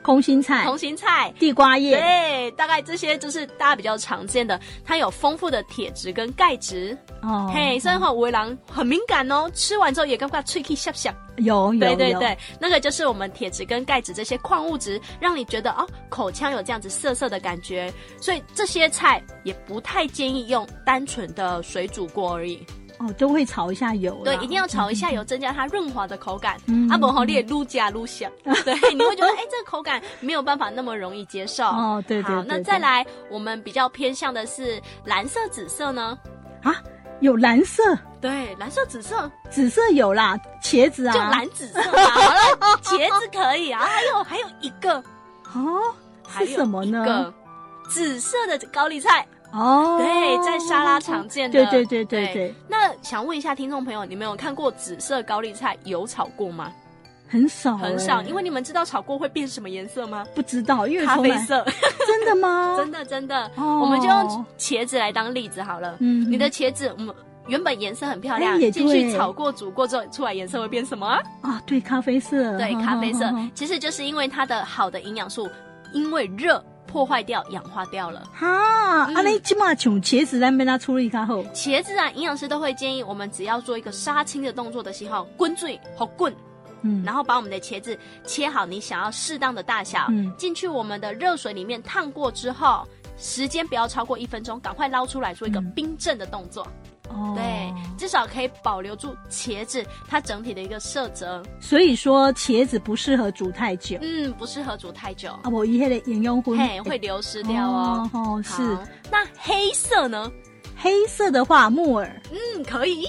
S1: 空心菜
S4: 空、心菜，
S1: 地瓜叶，
S4: 对，大概这些就是大家比较常见的，它有丰富的铁质跟钙质。
S1: 哦，
S4: 嘿，所以哈，围狼很敏感哦，吃完之后也感觉脆气下下。
S1: 有有
S4: 对对
S1: 有，
S4: 对，那个就是我们铁质跟钙质这些矿物质，让你觉得哦，口腔有这样子涩涩的感觉。所以这些菜也不太建议用单纯的水煮过而已，
S1: 哦，都会炒一下油，
S4: 对，一定要炒一 下油，增加它润滑的口感。
S1: 嗯
S4: 啊，不好，你也撸加撸 下，对，你会觉得哎，这个口感没有办法那么容易接受。
S1: 哦，对对
S4: 好，
S1: 对，
S4: 那
S1: 对
S4: 再来，我们比较偏向的是蓝色、紫色呢？
S1: 啊，有蓝色。
S4: 对，蓝色、紫色
S1: 紫色有啦，茄子啊，
S4: 就蓝紫色嘛。好了，茄子可以啊，还有还有一个，
S1: 哦，
S4: 还
S1: 是
S4: 有
S1: 什么
S4: 一
S1: 呢
S4: 个？紫色的高丽菜，
S1: 哦，
S4: 对，在沙拉常见的。
S1: 对对对对对，
S4: 那想问一下听众朋友，你们有看过紫色高丽菜油炒过吗？
S1: 很少
S4: 很少，
S1: 欸
S4: 因为你们知道炒过会变什么颜色吗？
S1: 不知道，因为
S4: 咖
S1: 从
S4: 啡
S1: 来
S4: 色，
S1: 真的吗？
S4: 真的真的。
S1: 哦
S4: 我们就用茄子来当例子好了。
S1: 嗯
S4: 你的茄子，我们原本颜色很漂
S1: 哎
S4: 亮，
S1: 也对
S4: 进去炒过、煮过之后，出来颜色会变什么啊？
S1: 啊，对，咖啡色，
S4: 对，
S1: 哈
S4: 咖啡色
S1: 哈哈。
S4: 其实就是因为它的好的营养素，因为热破坏掉、氧化掉了。
S1: 哈，
S4: 嗯
S1: 啊，你起码从茄子那边它处理较好，
S4: 茄子啊，营养师都会建议我们只要做一个杀青的动作的时候，滚水和滚，
S1: 嗯，
S4: 然后把我们的茄子切好你想要适当的大小，
S1: 嗯
S4: 进去我们的热水里面烫过之后。时间不要超过一分钟，赶快捞出来做一个
S1: 嗯
S4: 冰镇的动作，
S1: 哦
S4: 对，至少可以保留住茄子它整体的一个色泽。
S1: 所以说茄子不适合煮太久
S4: 嗯，不适合煮太久，
S1: 啊，我一些的饮用荤
S4: 嘿，会流失掉哦。
S1: 嗯哦，
S4: 好
S1: 是。
S4: 那黑色呢？
S1: 黑色的话，木耳，
S4: 嗯，可以，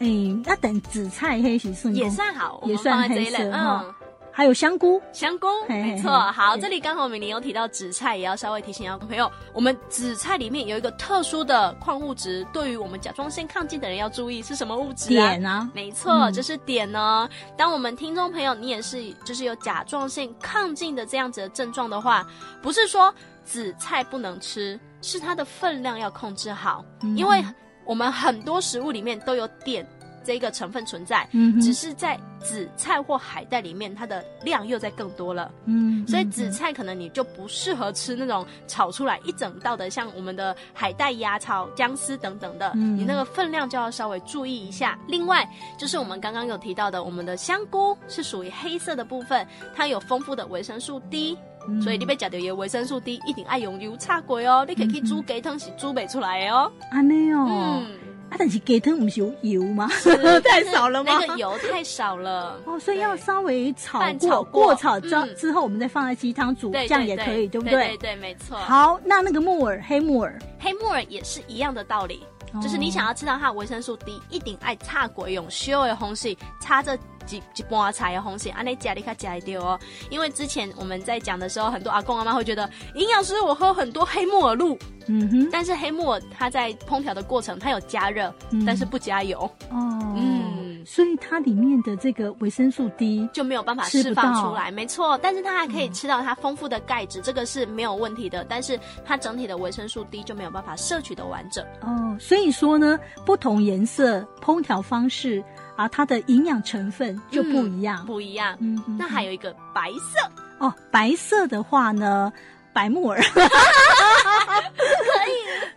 S1: 哎，那等紫菜黑喜圣
S4: 也算好，我
S1: 嗯也
S4: 们
S1: 算
S4: 放在这一
S1: 黑色
S4: 类。
S1: 哈
S4: 嗯，
S1: 还有香菇，
S4: 香菇，
S1: 嘿嘿
S4: 没错。
S1: 嘿
S4: 好，
S1: 对
S4: 这里刚好米林有提到紫菜，也要稍微提醒一下朋友，我们紫菜里面有一个特殊的矿物质，对于我们甲状腺亢进的人要注意是什么物质啊？
S1: 点啊，
S4: 没错，
S1: 嗯
S4: 就是碘呢。当我们听众朋友你也是就是有甲状腺亢进的这样子的症状的话，不是说紫菜不能吃，是它的分量要控制好，
S1: 嗯
S4: 因为我们很多食物里面都有碘这个成分存在。
S1: 嗯哼，
S4: 只是在紫菜或海带里面，它的量又在更多了，
S1: 嗯，
S4: 所以
S1: 嗯
S4: 紫菜可能你就不适合吃那种炒出来一整道的，像我们的海带芽炒姜丝等等的，
S1: 嗯
S4: 你那个分量就要稍微注意一下。另外就是我们刚刚有提到的，我们的香菇是属于黑色的部分，它有丰富的维生素 D，
S1: 嗯
S4: 所以你被讲的有维生素 D，一定爱用油炸鬼哦，你可以去煮鸡汤是煮不出来的哦。
S1: 安尼哦，
S4: 嗯，
S1: 啊，但是鸡汤不是有油吗？
S4: 但
S1: 太
S4: 是
S1: 少了吗？
S4: 那个油太少了。
S1: 哦，所以
S4: 对
S1: 要稍微炒
S4: 半
S1: 过，
S4: 炒过
S1: 过炒之后
S4: 嗯
S1: 之后，我们再放在鸡汤煮，
S4: 对
S1: 这样也可
S4: 对
S1: 以，对不
S4: 对？对？对，没错。
S1: 好，那那个木耳，黑木耳，
S4: 黑木耳也是一样的道理，
S1: 哦
S4: 就是你想要吃到它的维生素 D，一定爱插果用修的红细，插这几几半菜的红细，安尼加你卡加一丢哦。因为之前我们在讲的时候，很多阿公阿妈会觉得营养师我喝很多黑木耳露，
S1: 嗯哼，
S4: 但是黑木耳它在烹调的过程它有加热，
S1: 嗯
S4: 但是不加油
S1: 哦，
S4: 嗯
S1: 所以它里面的这个维生素 D，
S4: 就没有办法
S1: 吃不
S4: 释放
S1: 到
S4: 出来。没错，但是它还可以吃到它丰富的钙质，这个是没有问题的，但是它整体的维生素 D 就没有办法摄取的完整。
S1: 哦，所以说呢，不同颜色、烹调方式啊，它的营养成分就不一样。
S4: 嗯不一样。
S1: 嗯哼
S4: 那还有一个白色，
S1: 哦，白色的话呢，白木耳，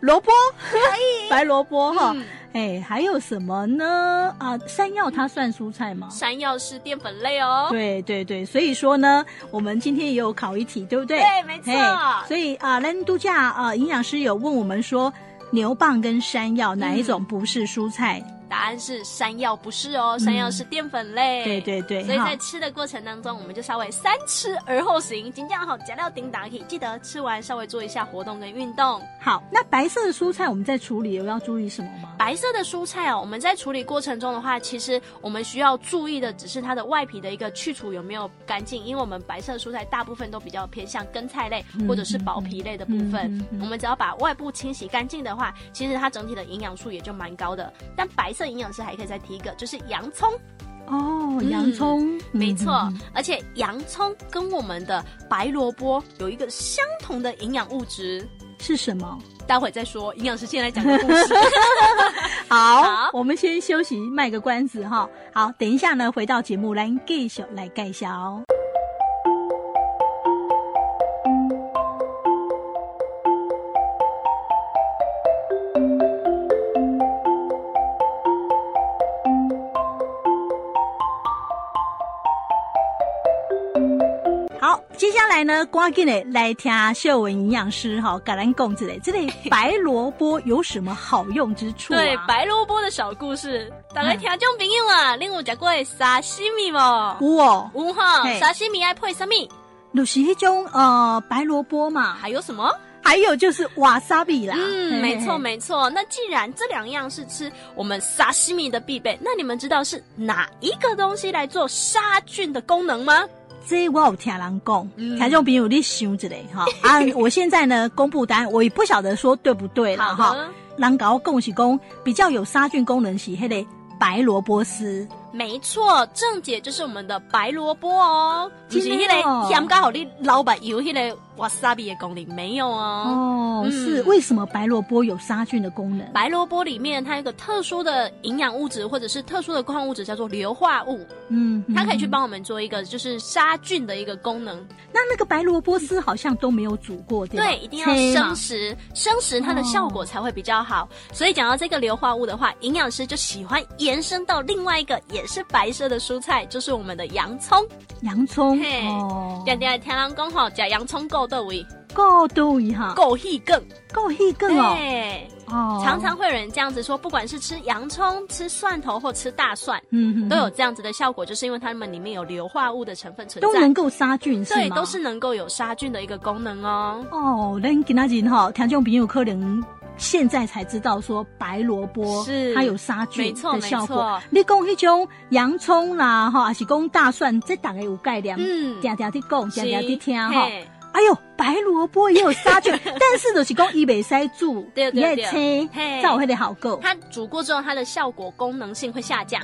S1: 萝卜可以， 白萝卜哈。
S4: 哦嗯
S1: 哎，还有什么呢？啊，山药它算蔬菜吗？
S4: 山药是淀粉类哦。
S1: 对对对，所以说呢，我们今天也有考一题，对不对？
S4: 对，没错。
S1: 嘿所以啊，兰度假啊，营养师有问我们说，牛蒡跟山药哪一
S4: 嗯
S1: 种不是蔬菜？
S4: 答案是山药，不是哦，山药是淀粉类。
S1: 嗯对对对，
S4: 所以在
S1: 哈
S4: 吃的过程当中，我们就稍微三吃而后行，尽量好加料叮当，可以记得吃完稍微做一下活动跟运动。
S1: 好，那白色的蔬菜我们在处理有要注意什么吗？
S4: 白色的蔬菜哦，我们在处理过程中的话，其实我们需要注意的只是它的外皮的一个去除有没有干净，因为我们白色蔬菜大部分都比较偏向根菜类
S1: 嗯
S4: 或者是薄皮类的部分。
S1: 嗯嗯嗯
S4: 我们只要把外部清洗干净的话，其实它整体的营养素也就蛮高的。但白色营养师还可以再提一个，就是洋葱。
S1: 哦，
S4: 嗯
S1: 洋葱，
S4: 没
S1: 嗯
S4: 错
S1: 嗯嗯，
S4: 而且洋葱跟我们的白萝卜有一个相同的营养物质。
S1: 是什么？
S4: 待会再说，营养师先来讲个故事。
S1: 好，
S4: 好
S1: 我们先休息，卖个关子哈。好，等一下呢，回到节目来继续来介绍。好，接下来呢，赶紧的来听秀文营养师哈，橄榄贡之类，这类白萝卜有什么好用之处、啊？
S4: 对，白萝卜的小故事，大
S1: 哎
S4: 家听众朋友啊，恁有食过沙西米无？
S1: 有哦，
S4: 有哈
S1: 嘿，
S4: 沙西米爱配什么？
S1: 就是迄种呃白萝卜嘛，
S4: 还有什么？
S1: 还有就是瓦萨比啦。
S4: 嗯，
S1: 嘿
S4: 没错
S1: 嘿
S4: 没错。那既然这两样是吃我们沙西米的必备，那你们知道是哪一个东西来做杀菌的功能吗？
S1: 这我有听人讲，
S4: 嗯
S1: 听众朋友你想一下 哈。啊，我现在呢公布答案，我也不晓得说对不对了
S4: 好
S1: 哈。
S4: 的，
S1: 人搞共是讲比较有杀菌功能是迄个白萝卜丝，
S4: 没错，正解就是我们的白萝卜哦，不是
S1: 真
S4: 那
S1: 的哦
S4: 个香港好的老板油那个瓦萨比的功能没有哦。
S1: 哦，
S4: 嗯
S1: 是为什么白萝卜有杀菌的功能？
S4: 白萝卜里面它有一个特殊的营养物质，或者是特殊的矿物质，叫做硫化物，
S1: 嗯，
S4: 它可以去
S1: 嗯。
S4: 帮我们做一个就是杀菌的一个功能。
S1: 那那个白萝卜丝好像都没有煮过，对吧
S4: 对，一定要
S1: 切嘛
S4: 生食，生食它的效果才会比较好。所以讲到这个硫化物的话，营养师就喜欢延伸到另外一个也是白色的蔬菜，就是我们的洋葱。
S1: 洋葱
S4: 嘿
S1: 哦，
S4: 点点天狼公吼，讲洋葱够豆味，
S1: 够多一哈，
S4: 够细更
S1: 够细更哦。
S4: 对
S1: 哦，
S4: 常常会有人这样子说，不管是吃洋葱、吃蒜头或吃大蒜，
S1: 嗯
S4: 都有这样子的效果，就是因为它们里面有硫化物的成分存
S1: 都
S4: 在
S1: 能，够杀菌是
S4: 对，
S1: 吗？
S4: 都是能够有杀菌的一个功能哦。
S1: 哦，咱今仔日哈，听众朋友可能现在才知道说白萝卜
S4: 是
S1: 它有杀菌
S4: 没错
S1: 的效果
S4: 没错。
S1: 你讲迄种洋葱啦哈，还是讲大蒜，这大概有概念。
S4: 嗯，
S1: 常常在讲，常常在
S4: 是
S1: 听哈。
S4: 嘿
S1: 哎呦，白萝卜也有杀菌， 但是就是讲伊袂使煮，
S4: 对对
S1: 它要
S4: 对
S1: 切，
S4: 嘿
S1: 才有迄个效果。
S4: 它煮过之后，它的效果功能性会下降。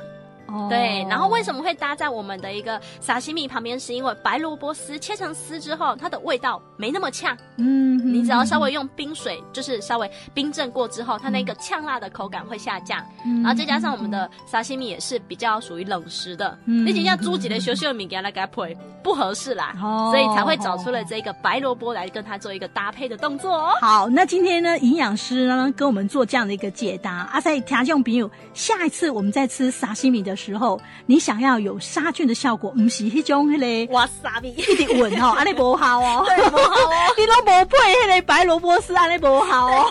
S1: 哦
S4: 对，然后为什么会搭在我们的一个沙西米旁边？是因为白萝卜丝切成丝之后，它的味道没那么呛。
S1: 嗯，
S4: 你只要稍微
S1: 嗯，
S4: 用冰水，就是稍微冰镇过之后，它那个呛辣的口感会下降。
S1: 嗯
S4: 然后再加上我们的沙西米也是比较属于冷食的，
S1: 嗯
S4: 你请像猪脊的修修米给它来给它配，不合适啦，
S1: 哦
S4: 所以才会找出了这个白萝卜来跟它做一个搭配的动作哦。
S1: 好，那今天呢，营养师呢跟我们做这样的一个解答。阿塞听众朋友，下一次我们在吃沙西米的时候，你想要有杀菌的效果，不是迄种迄、那 个
S4: 哇沙米，
S1: 一直闻哦，安尼无效 哦，你都无配迄个白萝卜丝，安尼无效哦。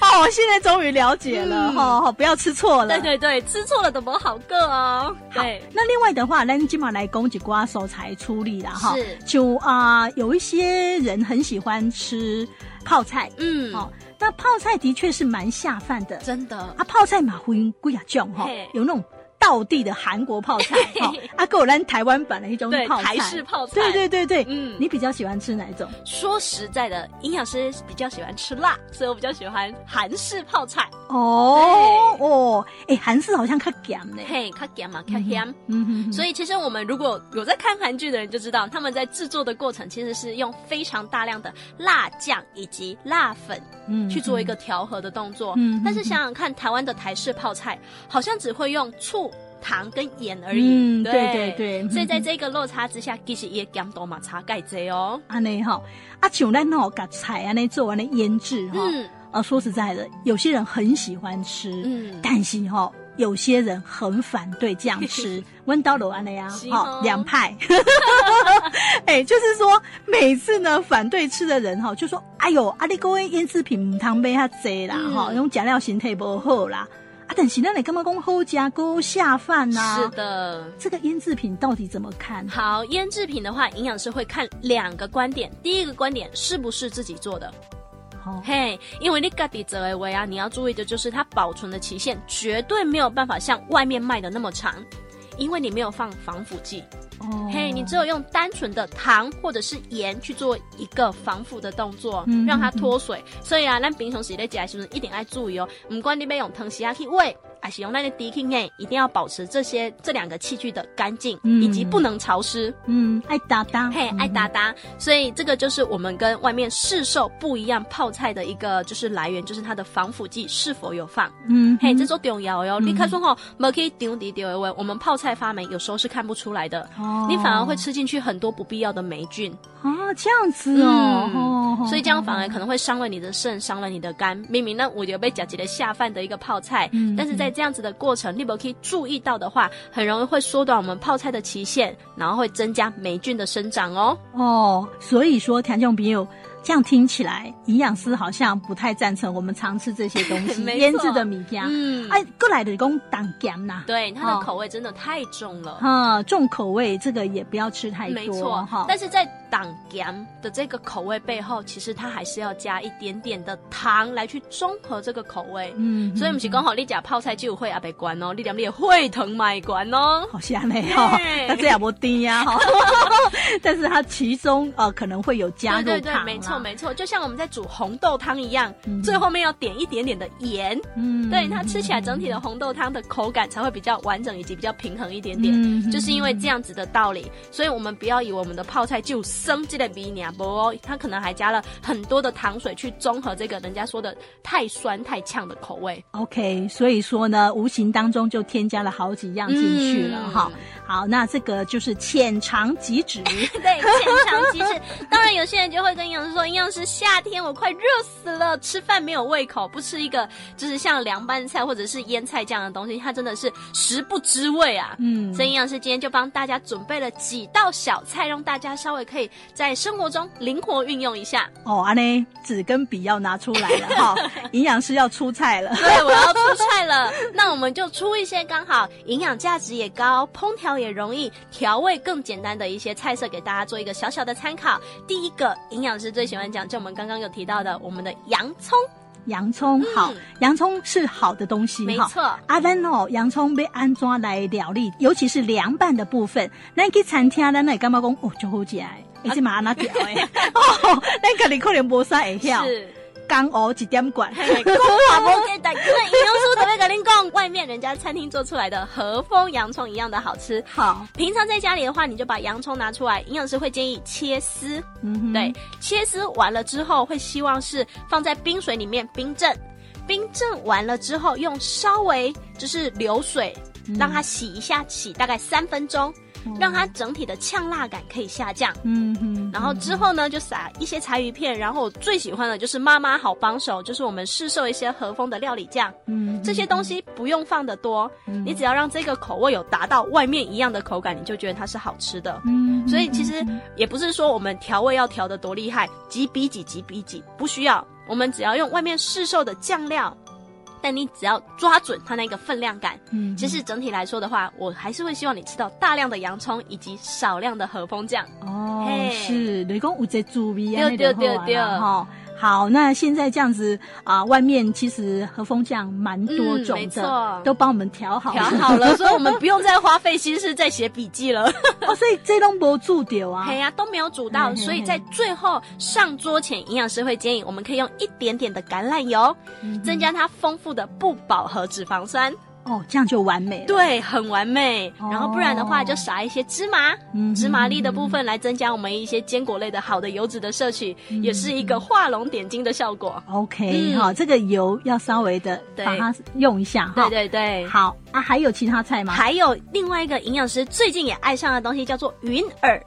S1: 哦，我现在终于了解了
S4: 嗯
S1: 哈、哦，不要吃错了。
S4: 对对对，吃错了怎么好个哦？
S1: 好
S4: 对，，
S1: 那另外的话，咱今嘛来讲一寡蔬菜处理啦哈
S4: 是，
S1: 就啊、有一些人很喜欢吃泡菜，
S4: 嗯，
S1: 哦，那泡菜的确是蛮下饭的。
S4: 真的，
S1: 啊，泡菜马灰贵啊酱哈
S4: 嘿，
S1: 有那种道地的韩国泡菜哈，啊，够咱台湾版的一种
S4: 对，
S1: 泡菜。
S4: 台式泡菜，
S1: 对对对对，
S4: 嗯
S1: 你比较喜欢吃哪一种？
S4: 说实在的，营养师比较喜欢吃辣，所以我比较喜欢韩式泡菜。
S1: 哦哦，哎，韩式好像较咸呢。
S4: 嘿，较咸嘛，较咸。
S1: 嗯哼哼，
S4: 所以其实我们如果有在看韩剧的人就知道，他们在制作的过程其实是用非常大量的辣酱以及辣粉
S1: 嗯
S4: 去做一个调和的动作。
S1: 嗯嗯
S4: 但是想想看，台湾的台式泡菜好像只会用醋、糖跟盐而已。
S1: 嗯
S4: 对嗯
S1: 对对对
S4: 所以在这个落差之下，其实也减多嘛差盖贼哦。
S1: 安尼吼，啊像咱吼甲菜安尼做完的腌制哈，
S4: 嗯
S1: 呃说实在的，有些人很喜欢吃，
S4: 嗯，
S1: 但是哈、有些人很反对这样 吃，温刀楼安的呀
S4: 是，
S1: 哈
S4: 哦，
S1: 两派， 哎、就是说每次呢反对吃的人哈、就说，哎呦，阿里各位腌制品唔通买遐济啦，
S4: 嗯
S1: 哈、用假料形态不好啦，啊，但是咱你干嘛讲好加锅下饭呐、
S4: 是的。
S1: 这个腌制品到底怎么看？
S4: 好，腌制品的话，营养师会看两个观点。第一个观点是不是自己做的？
S1: 哦，
S4: 嘿，因为你个底泽维维啊，你要注意的就是它保存的期限绝对没有办法像外面卖的那么长，因为你没有放防腐剂。
S1: 哦
S4: 嘿，你只有用单纯的糖或者是盐去做一个防腐的动作，
S1: 嗯
S4: 让它脱水。所以啊，咱平常时在家时阵一定要注意哦，不管你要用汤匙啊去喂，还是用那个 d 去呢，一定要保持这些这两个器具的干净，
S1: 嗯
S4: 以及不能潮湿。
S1: 嗯，爱搭搭，
S4: 嘿，爱达达，所以这个就是我们跟外面市售不一样泡菜的一个就是来源，就是它的防腐剂是否有放。
S1: 嗯，嗯，
S4: 嘿，这做重要哟。
S1: 嗯
S4: 你看说吼，没可以丢底丢的味，我们泡菜发霉有时候是看不出来的，
S1: 哦
S4: 你反而会吃进去很多不必要的霉菌，
S1: 哦，这样子哦，
S4: 嗯
S1: 哦
S4: 所以这样反而可能会伤了你的肾，伤了你的肝。明明呢，我有被讲解的下饭的一个泡菜，
S1: 嗯
S4: 但是在这样子的过程，你们可以注意到的话，很容易会缩短我们泡菜的期限，然后会增加霉菌的生长哦。
S1: 哦，所以说田众朋友，这样听起来，营养师好像不太赞成我们常吃这些东 西，
S4: 没错
S1: 腌制的米家。
S4: 嗯，
S1: 哎、过来的讲当咸呐，
S4: 对，它
S1: 哦
S4: 的口味真的太重了。
S1: 啊，重口味这个也不要吃太多，
S4: 嗯没错
S1: 哈，。
S4: 但是在党盐的这个口味背后，其实它还是要加一点点的糖来去中和这个口味。
S1: 嗯
S4: 所以不是刚好你假泡菜就会阿被关哦，你两你也会疼买关哦。
S1: 好像嘞哈，那这也不低 呀哈，但是它其中呃可能会有
S4: 对
S1: 加入
S4: 对
S1: 糖
S4: 对
S1: 啦，，
S4: 没错没错，就像我们在煮红豆汤一样，
S1: 嗯
S4: 最后面要点一点点的盐，
S1: 嗯
S4: 对它吃起来整体的红豆汤的口感才会比较完整以及比较平衡一点点。
S1: 嗯
S4: 就是因为这样子的道理，所以我们不要以为我们的泡菜就生这个米娘不哦，它可能还加了很多的糖水去中和这个人家说的太酸太呛的口味
S1: OK，所以说呢，无形当中就添加了好几样进去了
S4: 嗯
S1: 哈、好，那这个就是浅尝即 止。
S2: 对，浅尝即止。当然，有些人就会跟营养
S4: 哎
S2: 师说，营养师
S4: 夏天我快热死了，吃饭没有胃口，不吃一个就是像凉拌菜或者是腌菜这样的东西，它真的是食不知味啊。
S1: 嗯
S4: 所以营养师今天就帮大家准备了几道小菜，让大家稍微可以在生活中灵活运用一下。
S1: 哦，安呢，纸跟笔要拿出来了 哈，营养师要出菜了。
S4: 对，我要出菜了，那我们就出一些刚好营养价值也高、烹调也容易、调味更简单的一些菜色，给大家做一个小小的参考。第一个，营养师最喜欢讲，就我们刚刚有提到的，我们的洋葱，
S1: 洋葱好
S4: 嗯，
S1: 洋葱是好的东西
S4: 没
S1: 哈。
S4: 错，
S1: 阿咱哦，洋葱被安装来料理，尤其是凉拌的部分。咱去餐厅，咱会感觉讲哦，就好食哎，而且嘛那条哎， 哦，咱家己可能无啥会晓，
S4: 是。
S1: 干熬一点管。
S4: 啊，我给打，因为营养师特别跟您讲，外面人家餐厅做出来的和风洋葱一样的好吃。
S1: 好，
S4: 平常在家里的话，你就把洋葱拿出来，营养师会建议切丝，
S1: 嗯哼
S4: 对，，切丝完了之后，会希望是放在冰水里面冰镇，冰镇完了之后，用稍微就是流水
S1: 嗯哦
S4: 让它洗一下，洗大概三分钟，让它整体的呛辣感可以下降。
S1: 嗯哼，
S4: 然后之后呢，就撒一些柴鱼片，然后我最喜欢的就是妈妈好帮手，就是我们市售一些和风的料理酱，
S1: 嗯
S4: 这些东西不用放的多，你只要让这个口味有达到外面一样的口感，你就觉得它是好吃的。
S1: 嗯
S4: 所以其实也不是说我们调味要调的多厉害，几比几几比几不需要，我们只要用外面市售的酱料，但你只要抓准它那个分量感。
S1: 嗯
S4: 其实整体来说的话，我还是会希望你吃到大量的洋葱以及少量的和风酱。
S1: 哦，
S4: 嘿
S1: 是，你讲有这滋味啊，
S4: 对对对对
S1: 哈。好，那现在这样子啊、外面其实和风酱蛮多
S4: 嗯
S1: 种
S4: 没
S1: 的，
S4: 错
S1: 都帮我们调好
S4: 调好了，所以我们不用再花费心思在写笔记了。
S1: 哦，所以这拢无煮掉啊
S4: 嘿。呀、都没有煮到，
S1: 嘿嘿
S4: 所以在最后上桌前，营养师会建议嗯我们可以用一点点的橄榄油，增加它丰富的不饱和脂肪酸。
S1: 哦，这样就完美了。
S4: 对，很完美。
S1: 哦
S4: 然后不然的话，就撒一些芝麻
S1: 嗯，
S4: 芝麻粒的部分来增加我们一些坚果类的好的油脂的摄取，
S1: 嗯
S4: 也是一个画龙点睛的效果。
S1: ，OK，
S4: 嗯
S1: 好、这个油要稍微的
S4: 对
S1: 把它用一下哈。
S4: 对对对。
S1: 好啊，还有其他菜吗？
S4: 还有另外一个营养师最近也爱上的东西叫做云耳，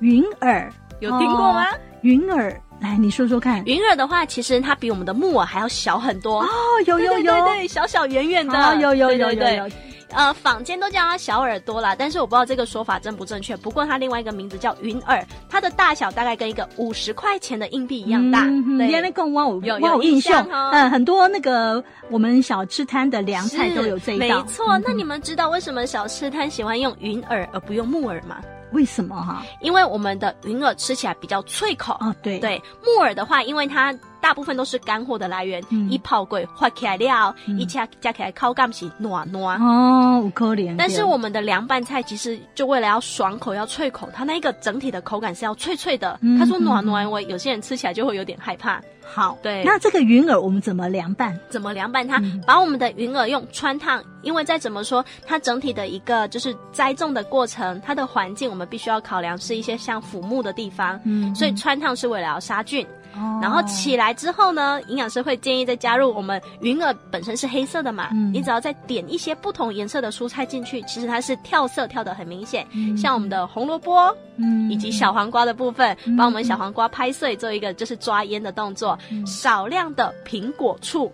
S1: 云耳
S4: 有听过吗？
S1: 哦云耳，来你说说看。
S4: 云耳的话，其实它比我们的木耳还要小很多。
S1: 哦，有有
S4: 对
S1: 有
S4: 对，对对，小小圆圆的，
S1: 哦有有
S4: 对
S1: 有
S4: 对
S1: 有
S4: 对
S1: 有，
S4: 呃，坊间都叫它小耳朵啦，但是我不知道这个说法正不正确。不过它另外一个名字叫云耳，它的大小大概跟一个五十块钱的硬币一样大。
S1: 嗯
S4: 对
S1: 你那贡哇，我
S4: 有
S1: 哇
S4: 有
S1: 我
S4: 印
S1: 印象
S4: 象，哦
S1: 嗯，很多那个我们小吃摊的凉菜
S4: 是
S1: 都有这一
S4: 没
S1: 道，嗯
S4: 错。那你们知道为什么小吃摊喜欢用云耳而不用木耳吗？
S1: 为什么哈？
S4: 因为我们的云耳吃起来比较脆口。
S1: 哦，对，
S4: 对，木耳的话，因为它大部分都是干货的来源，
S1: 嗯
S4: 一泡过化起来料，
S1: 嗯
S4: 一加加起来烤干起暖暖。
S1: 哦，五颗莲，
S4: 但是我们的凉拌菜其实就为了要爽口、要脆口，它那一个整体的口感是要脆脆的。
S1: 嗯
S4: 他说暖
S1: 嗯
S4: 暖味，有些人吃起来就会有点害怕。
S1: 好，
S4: 对
S1: 那这个云耳我们怎么凉拌？
S4: 怎么凉拌它？
S1: 嗯
S4: 把我们的云耳用穿烫，因为再怎么说，它整体的一个就是栽种的过程，它的环境我们必须要考量是一些像腐木的地方，
S1: 嗯
S4: 所以穿烫是为了要杀菌。
S1: 哦
S4: 然后起来之后呢，营养师会建议再加入我们云耳本身是黑色的嘛，
S1: 嗯
S4: 你只要再点一些不同颜色的蔬菜进去，其实它是跳色跳得很明显，
S1: 嗯
S4: 像我们的红萝卜
S1: 嗯
S4: 以及小黄瓜的部分，
S1: 嗯
S4: 帮我们小黄瓜拍碎做一个就是抓腌的动作，
S1: 嗯
S4: 少量的苹果醋，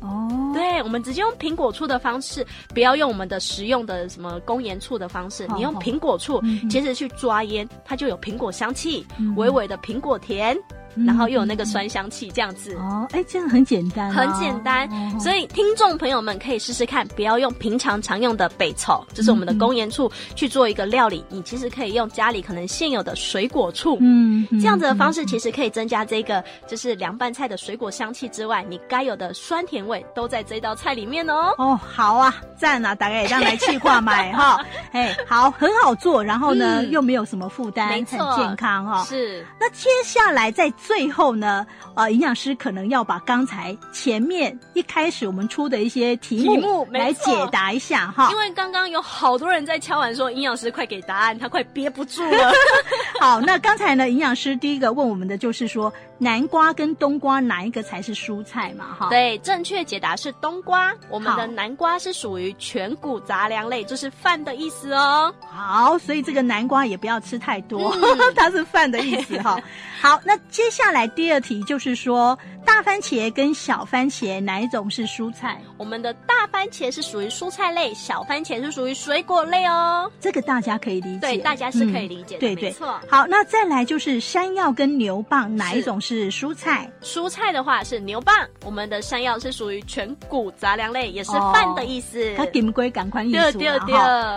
S1: 哦，
S4: 对我们直接用苹果醋的方式，不要用我们的食用的什么工盐醋的方式，
S1: 好
S4: 你用苹果醋
S1: 嗯嗯
S4: 接着去抓腌，它就有苹果香气
S1: 嗯，
S4: 微微的苹果甜。
S1: 嗯
S4: 然后又有那个酸香气，这样子、
S1: 哦，哎，这样很简单啊，
S4: 很简单。所以听众朋友们可以试试看，不要用平常常用的北草，就是我们的工盐醋去做一个料理。你其实可以用家里可能现有的水果醋，
S1: 嗯，
S4: 这样子的方
S1: 式
S4: 式其实可以增加这个就是凉拌菜的水果香气之外，你该有的酸甜味都在这道菜里面哦。
S1: 哦，好啊，赞啊，大概也让来气化买 哈，哎，好，很好做，然后呢
S4: 嗯
S1: 又没有什么负担，
S4: 没
S1: 很
S4: 错
S1: 健康哈。
S4: 是，
S1: 那接下来在最后呢，呃，营养师可能要把刚才前面一开始我们出的一些题
S4: 题目
S1: 目
S4: 没
S1: 来
S4: 错
S1: 解答一下哈
S4: 因。为刚刚有好多人在敲碗说营养师快给答案，他快憋不住 了。
S1: 好，那刚才呢，营养师第一个问我们的就是说，南瓜跟冬瓜哪一个才是蔬菜嘛？哈，，
S4: 对，正确解答是冬瓜。我们
S1: 好
S4: 的南瓜是属于全谷杂粮类，就是饭的意思哦。
S1: 好，所以这个南瓜也不要吃太多，
S4: 嗯
S1: 它是饭的意思 哈。好，那接下来第二题就是说，大番茄跟小番茄哪一种是蔬菜？
S4: 我们的大番茄是属于蔬菜类，小番茄是属于水果类哦。
S1: 这个大家可以理解，嗯
S4: 对，大家是可以理解的，
S1: 对对
S4: 没错。
S1: 好，那再来就是山药跟牛蒡哪一种是蔬菜？
S4: 蔬菜的话是牛蒡，我们的山药是属于全谷杂粮类，也是饭的意思。
S1: 哦它给不归赶快
S4: 对
S1: 运输
S4: 对对，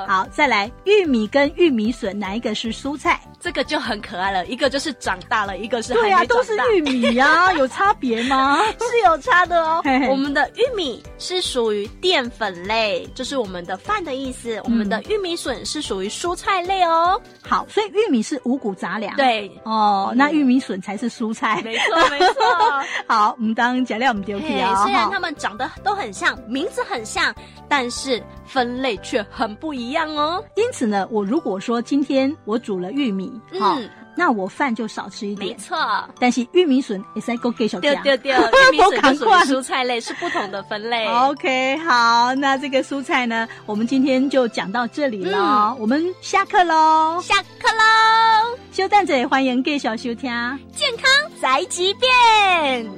S1: 好，再来玉米跟玉米笋哪一个是 蔬菜？
S4: 这个就很可爱了，一个就是长大了，一个是还没
S1: 对呀、
S4: 长大。
S1: 都是玉米呀、 有差 别吗？
S4: 是有差的哦
S1: 嘿嘿。
S4: 我们的玉米是属于淀粉类，就是我们的饭的意思。我们的玉米笋是属于蔬菜类哦。
S1: 好，所以玉米是五谷杂粮。，
S4: 对，嗯
S1: 哦，那玉米笋才是蔬菜。
S4: 没错 没 错。
S1: 好，我们当讲料我们丢
S4: 嘿
S1: 弃啊。
S4: 虽然
S1: 哈
S4: 它们长得都很像，名字很像，但是分类却很不一样哦。
S1: 因此呢，我如果说今天我煮了玉米，好、
S4: 嗯，
S1: 那我饭就少吃一
S4: 没
S1: 点。
S4: 错。
S1: 但是玉米笋也是够给小
S4: 对
S1: 家。
S4: 对对， 玉米笋就属
S1: 都赶快
S4: 于蔬菜类，是不同的分类。
S1: OK，好，那这个蔬菜呢，我们今天就讲到这里了，我们下课喽。
S4: 下课喽，
S1: 修蛋者欢迎继续收听。
S4: 宅急便。